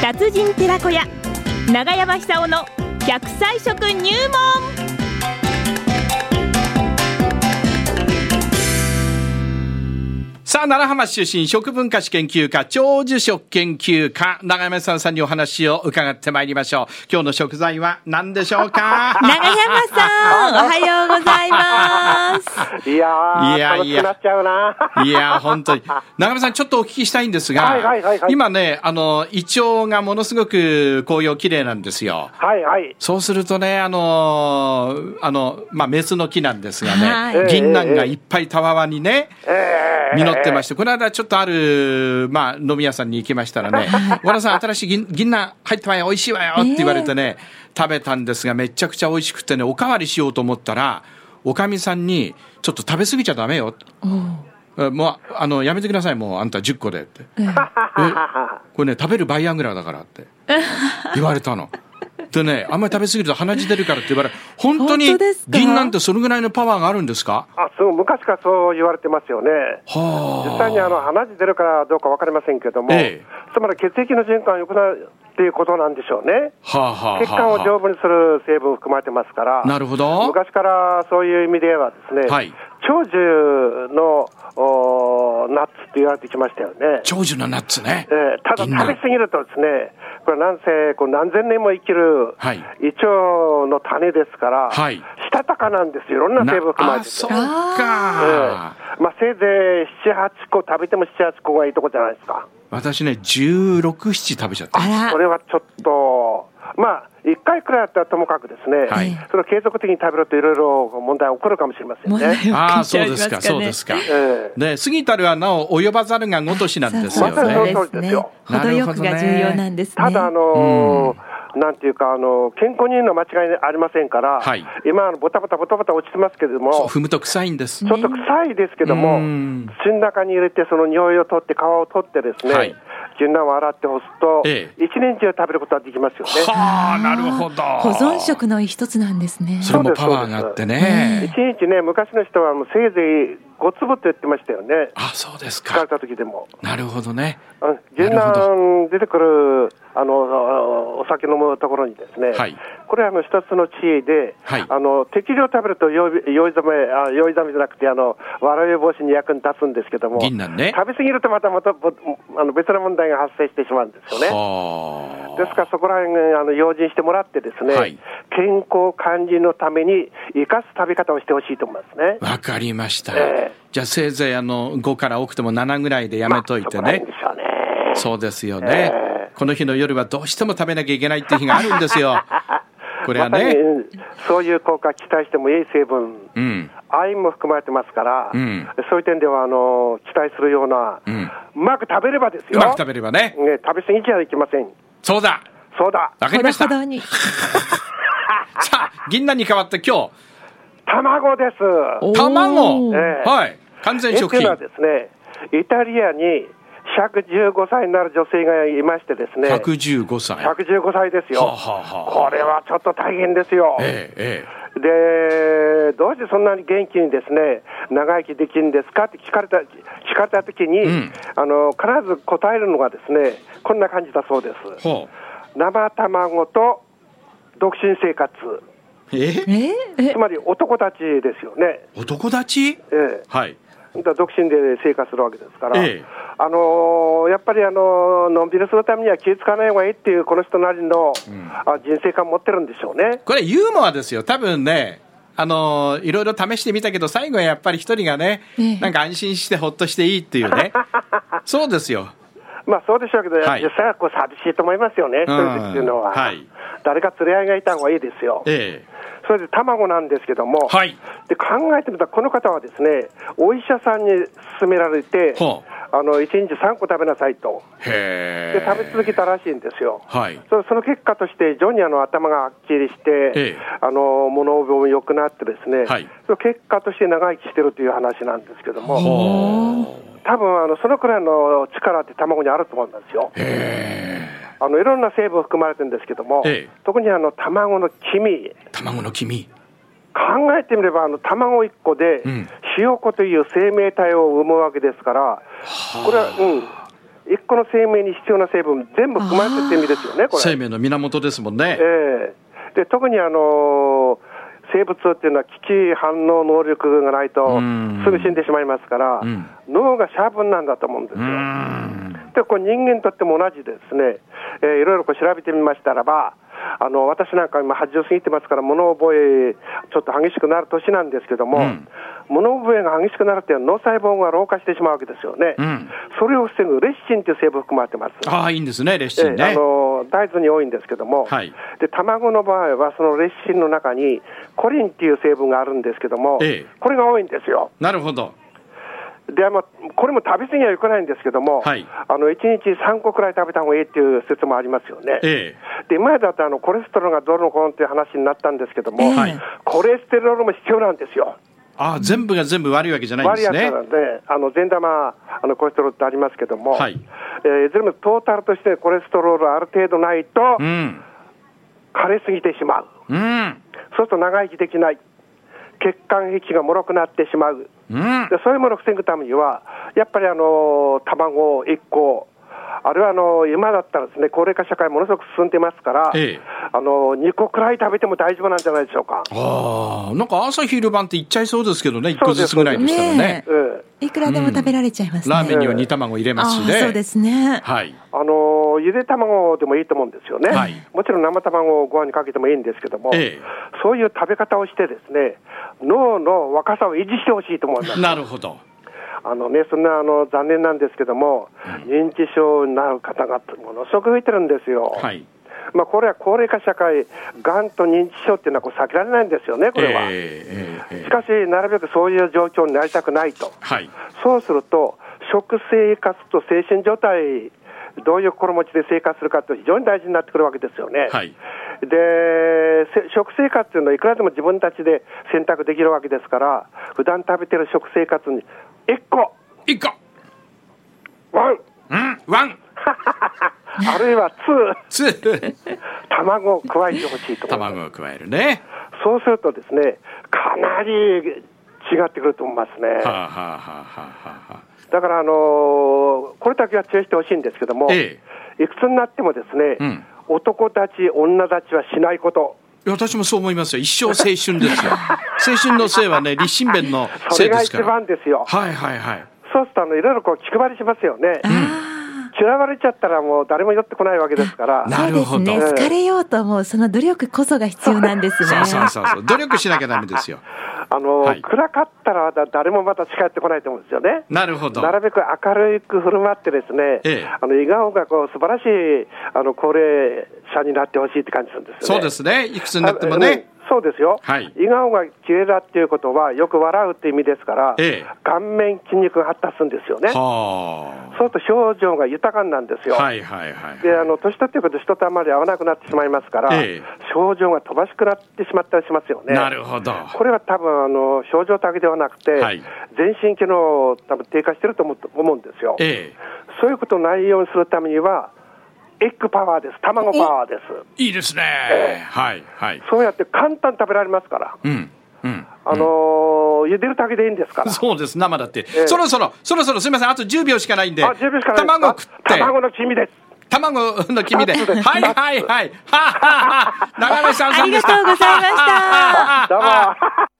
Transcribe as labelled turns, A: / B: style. A: 達人寺子屋長山久夫の100歳食入門
B: さあ奈良浜市出身食文化史研究家長寿食研究家長山さんさんにお話を伺ってまいりましょう今日の食材は何でしょうか
A: 長山さんおはようございま す
C: いやー、
B: いや
C: 楽しくなっちゃうな。
B: いやー、本当に。長山さん、ちょっとお聞きしたいんですが、
C: はいはいはいはい
B: 今ね、あの、イチョウがものすごく紅葉綺麗なんですよ。
C: はいはい。
B: そうするとね、あのーあの、まあ、メスの木なんですが
A: は
B: ね、
C: い
B: 銀杏がいっぱいたわわにね、
C: え
B: 実ってまして、この間ちょっとある、まあ、飲み屋さんに行きましたらね、小原さん、新しい銀銀杏入ってまいよ、美味しいわよって言われてね、食べたんですが、めちゃくちゃ美味しくてね、おかわりしようと思ったら、おかみさんに、ちょっと食べ過ぎちゃダメよ。えもう、あの、やめてください、もう、あんた10個でって。これね、食べるバイアグラだからって言われたの。でね、あんまり食べ過ぎると鼻血出るからって言われる。本当に
A: 本当ですか
B: 銀なんてそのぐらいのパワーがあるんですか
C: あ、そう、昔からそう言われてますよね。
B: はあ。
C: 実際にあの、鼻血出るかどうかわかりませんけども、
B: ええ
C: つまり血液の循環が良くなるっていうことなんでしょうね。
B: はあはあはあはあ
C: 血管を丈夫にする成分含まれてますから、
B: なるほど
C: 昔からそういう意味ではですね、
B: はい
C: 長寿のおーナッツって言われてきましたよね。
B: 長寿のナッツね。
C: えーただ
B: 銀杏
C: 食べ過ぎるとですね、これなんせ、こう何千年も生きる、
B: はい
C: イチョウの種ですから、
B: はい
C: したたかなんですよ。いろんな成分含まれ
B: あ、
C: て
B: そ
C: て
B: う。
C: え
B: か。
C: ーまあ、せいぜい7、8個食べても7、8個がいいとこじゃないですか。
B: 私ね、16、7食べちゃった。
A: あ
C: それはちょっと、まあ、1回くらいだったらともかくですね、
B: はい
C: それを継続的に食べるといろいろ問題起こるかもしれません
A: 問題
C: ね。
A: を
B: あ
A: 感
B: あ、
A: じち
B: そ
A: ゃ
B: う
A: い
B: で
A: ますす
B: か、
A: か
B: そうで
A: ね
B: すか。
C: え
B: ね、過ぎたるはなお及ばざるがごとしなんです
C: そ
B: よ
C: うそうそう
B: ね。
C: そうですよ
A: 程よくが重要なんですね
C: ただ、あのーなんていうか、あのー健康にいいのは間違いありませんから、
B: はい
C: 今、あのボタボタボタボタ落ちてますけれど
B: そう
C: も、
B: 踏むと臭いんです。
C: ちょっと臭いですけども、
B: うん
C: 口の中に入れて、その匂いを取って、皮を取ってですね、
B: はい
C: 銀杏を洗って干すと、
B: ええ
C: 一年中食べることはできますよね。
B: はあ、なるほど。
A: 保存食の一つなんですね
B: それもパワーがあって
C: 一
B: ね。
C: 日ね、昔の人はもうせいぜい5粒って言ってましたよね、
B: あ、そうです
C: 疲れ
B: か。
C: た時でも。
B: なるほどね。
C: うん銀
B: なる
C: 杏出てくるあのお酒飲むところにですね、
B: はい
C: これはあの一つの知恵で、
B: はい
C: あの適量食べると酔い酔いざめあ酔いざめじゃなくてあの笑い防止に役に立つんですけども、
B: 銀杏ね
C: 食べ過ぎるとまたまたぼあの別の問題が発生してしまうんですよね。
B: は
C: ですからそこら辺あの用心してもらってですね、
B: はい
C: 健康管理のために生かす食べ方をしてほしいと思いますね。
B: わかりました
C: ええ。
B: じゃあせいぜいあの5から多くても7ぐらいでやめといて
C: まあそこら
B: ね
C: 辺。でしょうね。
B: そうですよね。この日の夜はどうしても食べなきゃいけないっていう日があるんです よ。これは
C: まさに
B: ね。
C: うんそういう効果期待してもいい成分
B: うん。
C: 愛も含まれてますから、
B: うん
C: そういう点ではあの期待するような、
B: う
C: う
B: ん
C: まく食べればです
B: う
C: よ、
B: まく食べればね。
C: ね、食べ過ぎちゃいけません、
B: そうだ。
C: そうだ、
B: わかり
A: ほ
B: ま
A: ど
B: した
A: ほ。 どに
B: さあ、銀杏に代わって今
C: 卵です。
B: 日、卵。
A: おー
C: ええ
B: はい。完全
C: えと
B: 食
C: いうの
B: 品
C: は。ですね、イタリアに115歳になる女性がいましてですね、
B: 115歳。
C: 115歳ですよ、
B: はあはあはあ
C: これはちょっと大変ですよ。
B: ええ、ええ。
C: で、どうしてそんなに元気にですね、長生きできるんですかって聞かれた、聞かれたときに、
B: ん
C: あの、必ず答えるのがですね、こんな感じだそうです。
B: ほ
C: 生卵と独身生活。
B: う。ええ
A: ええ
C: つまり男たちですよね。
B: 男立ち
C: ええ
B: はい。
C: だから独身で生活するわけですから、
B: ええ
C: あのーやっぱり、あのーのんびりするためには気をつかない方がいいっていう、この人なりの、あ人生観持ってるんでしょうね。
B: これユーモアですよ。多分ね、あのーいろいろ試してみたけど、最後はやっぱり一人がね
A: ええ、
B: なんか安心してほっとしていいっていうね。そうですよ。
C: まあそうでしょうけど、
B: はい
C: 実際はこう寂しいと思いますよね、一人でっていうのは。
B: はい
C: 誰か連れ合いがいた方がいいですよ。
B: え
C: それで卵なんですけども、
B: はい
C: で考えてみたら、この方はですね、お医者さんに勧められて、
B: ほ
C: あの1日3個食べなさいと、
B: え。へ
C: で
B: え。
C: 食べ続けたらしいんですよ。
B: はい。
C: そその結果として、非常にあの頭がはっきりして、
B: ええ
C: あの物覚えも良くなって、ですね、
B: はい
C: その結果として長生きしてるという話なんですけども、
B: ほう。
C: 多分あのそのくらいの力って卵にあると思うんですよ。
B: へえ。
C: あのいろんな成分含まれてるんですけども、
B: ええ
C: 特にあの卵の黄身、
B: 卵の黄身。
C: 考えてみれば、あの卵1個で、
B: うん
C: ひよこという生命体を生むわけですから、これは、うん、一個の生命に必要な成分、全部含まれてる意味ですよね、これ。
B: 生命の源ですもんね。
C: ええで特にあの生物っていうのは危機反応能力がないと
B: うん
C: すぐ死んでしまいますから、
B: うん
C: 脳がシャープなんだと思うんです
B: う
C: よ。
B: ん。
C: でこれ人間にとっても同じですね、えーいろいろこう調べてみましたらば、あの私なんか今、80過ぎてますから、物覚え、ちょっと激しくなる年なんですけども、
B: うん
C: 物覚えが激しくなるっていうのは、脳細胞が老化してしまうわけですよね、
B: うん
C: それを防ぐレッシンという成分含まれてます。
B: ああ、いいんですね、レッシン
C: ええあ
B: ね。
C: の大豆に多いんですけども、
B: はい
C: で卵の場合は、そのレッシンの中にコリンっていう成分があるんですけども、
B: ええ
C: これが多いんですよ。
B: なるほど。
C: で、まあ、これも食べ過ぎはいけないんですけども、
B: はい
C: あの1日3個くらい食べた方がいいっていう説もありますよね。
B: ええ。
C: で今までだとあのコレステロールがどうのこうのっていう話になったんですけども、
B: はい
C: コレステロールも必要なんですよ。
B: ああ、全部が全部悪いわけじゃないん
C: バ
B: で
C: リ
B: す
C: アか
B: ね。
C: らね、あの善玉あのコレステロールってありますけども、
B: はい
C: えーいずれもトータルとしてコレステロールある程度ないと、
B: うん。
C: 枯れすぎてしまう。
B: うん。
C: そうすると長生きできない。血管壁が脆くなってしまう。
B: うん。
C: でそういうものを防ぐためには、やっぱりあの卵1個、あるいはあの今だったらですね高齢化社会、ものすごく進んでますから、
B: ええ
C: あの2個くらい食べても大丈夫なんじゃないでしょうか。
B: ああ、なんか朝昼晩って言っちゃいそうですけどね、一
C: そ
B: 個
C: うです
B: ずつぐらいでしたらね
D: ね。
C: ええ
D: いくらでも食べられちゃいますね。
B: ラーメンには煮卵入れますし
D: あ
B: ね。
D: あそうですね。
B: はい。
C: あのゆで卵でもいいと思うんですよね、
B: はい
C: もちろん生卵をご飯にかけてもいいんですけども、
B: ええ
C: そういう食べ方をして、ですね脳の若さを維持してほしいと思います。
B: なるほど。
C: あのね、そんなあの残念なんですけども、認知症になる方がものすごく増えてるんですよ。
B: はい。
C: まあ、これは高齢化社会、がんと認知症っていうのはこう避けられないんですよね、これは。
B: ええええええ
C: しかし、なるべくそういう状況になりたくないと、
B: はい。
C: そうすると、食生活と精神状態、どういう心持ちで生活するかって非常に大事になってくるわけですよね。
B: はい。
C: で、せ食生活っていうのはいくらでも自分たちで選択できるわけですから、普段食べてる食生活に1個、
B: 一個。
C: ワン、
B: うん。ワン。
C: あるいはツー、
B: ツ ー。
C: 卵を加えてほしいと思います。
B: 卵を加えるね。
C: そうするとですね、かなり違ってくると思いますね。
B: はあ、はあはあはあは
C: だから、あのーこれだけは注意してほしいんですけども、
B: え
C: いくつになってもですね、
B: うん
C: 男たち、女たちはしないこと。
B: あ。私もそう思いますよ。一生青春ですよ。 青春のせいはね、立身弁の
C: そ
B: せい
C: れ
B: で
C: が
B: す
C: 一
B: から。
C: 番ですよ。
B: はいはいはい。
C: そうすると、あの、いろいろこう気配りしますよね。
D: あ
C: 嫌われちゃったらもう誰も寄ってこないわけですから。
D: あ、
B: な
D: そう
B: る
D: で
B: ほ
D: す
B: ど
D: ね。好かれようと思う、その努力こそが必要なんですね。
B: そうそうそうそう。努力しなきゃダメですよ。
C: あのー
B: はい
C: 暗かったらだ誰もまた近寄ってこないと思うんですよね。
B: なるほど。
C: なるべく明るく振る舞ってですね、
B: ええ
C: あの笑顔がこう素晴らしいあの高齢者になってほしいって感じするんですよ
B: そ
C: ね。
B: うですね。いくつ
C: あ。
B: になっても
C: うん
B: ね。
C: そうですよ、
B: はい
C: 笑顔が綺麗だっていうことは、よく笑うって意味ですから、
B: ええ
C: 顔面筋肉が発達するんですよね、
B: は
C: そうすると表情が豊かになんです
B: あ。
C: よ、
B: はいはいはい。
C: であの年取ってくると、人とあまり会わなくなってしまいますから、
B: ええ
C: 症状が乏しくなってしまったりしますよね。
B: なるほど。
C: これは多分あの症状だけではなくて、
B: はい
C: 全身機能、多分低下してると思う思うんですよ。
B: え
C: そういうことないようにするためには、エッグパワーです、卵パワーです、
B: え。いいですね。はいはい。
C: そうやって簡単に食べられますから、
B: うん。うん。
C: あのー茹でるだけでいいんですから、
B: そうです、生だって。
C: ええ
B: そろそろ、そろそろすみません、あと10秒しかないんで。
C: あ10秒しかないです
B: 卵食って。
C: 卵の黄身です。
B: 卵の君で。
C: 二つです
B: はいはいはい。はあはあはあ長野さんさんでした。
D: ありがとうございました
B: ああああああ
C: どうも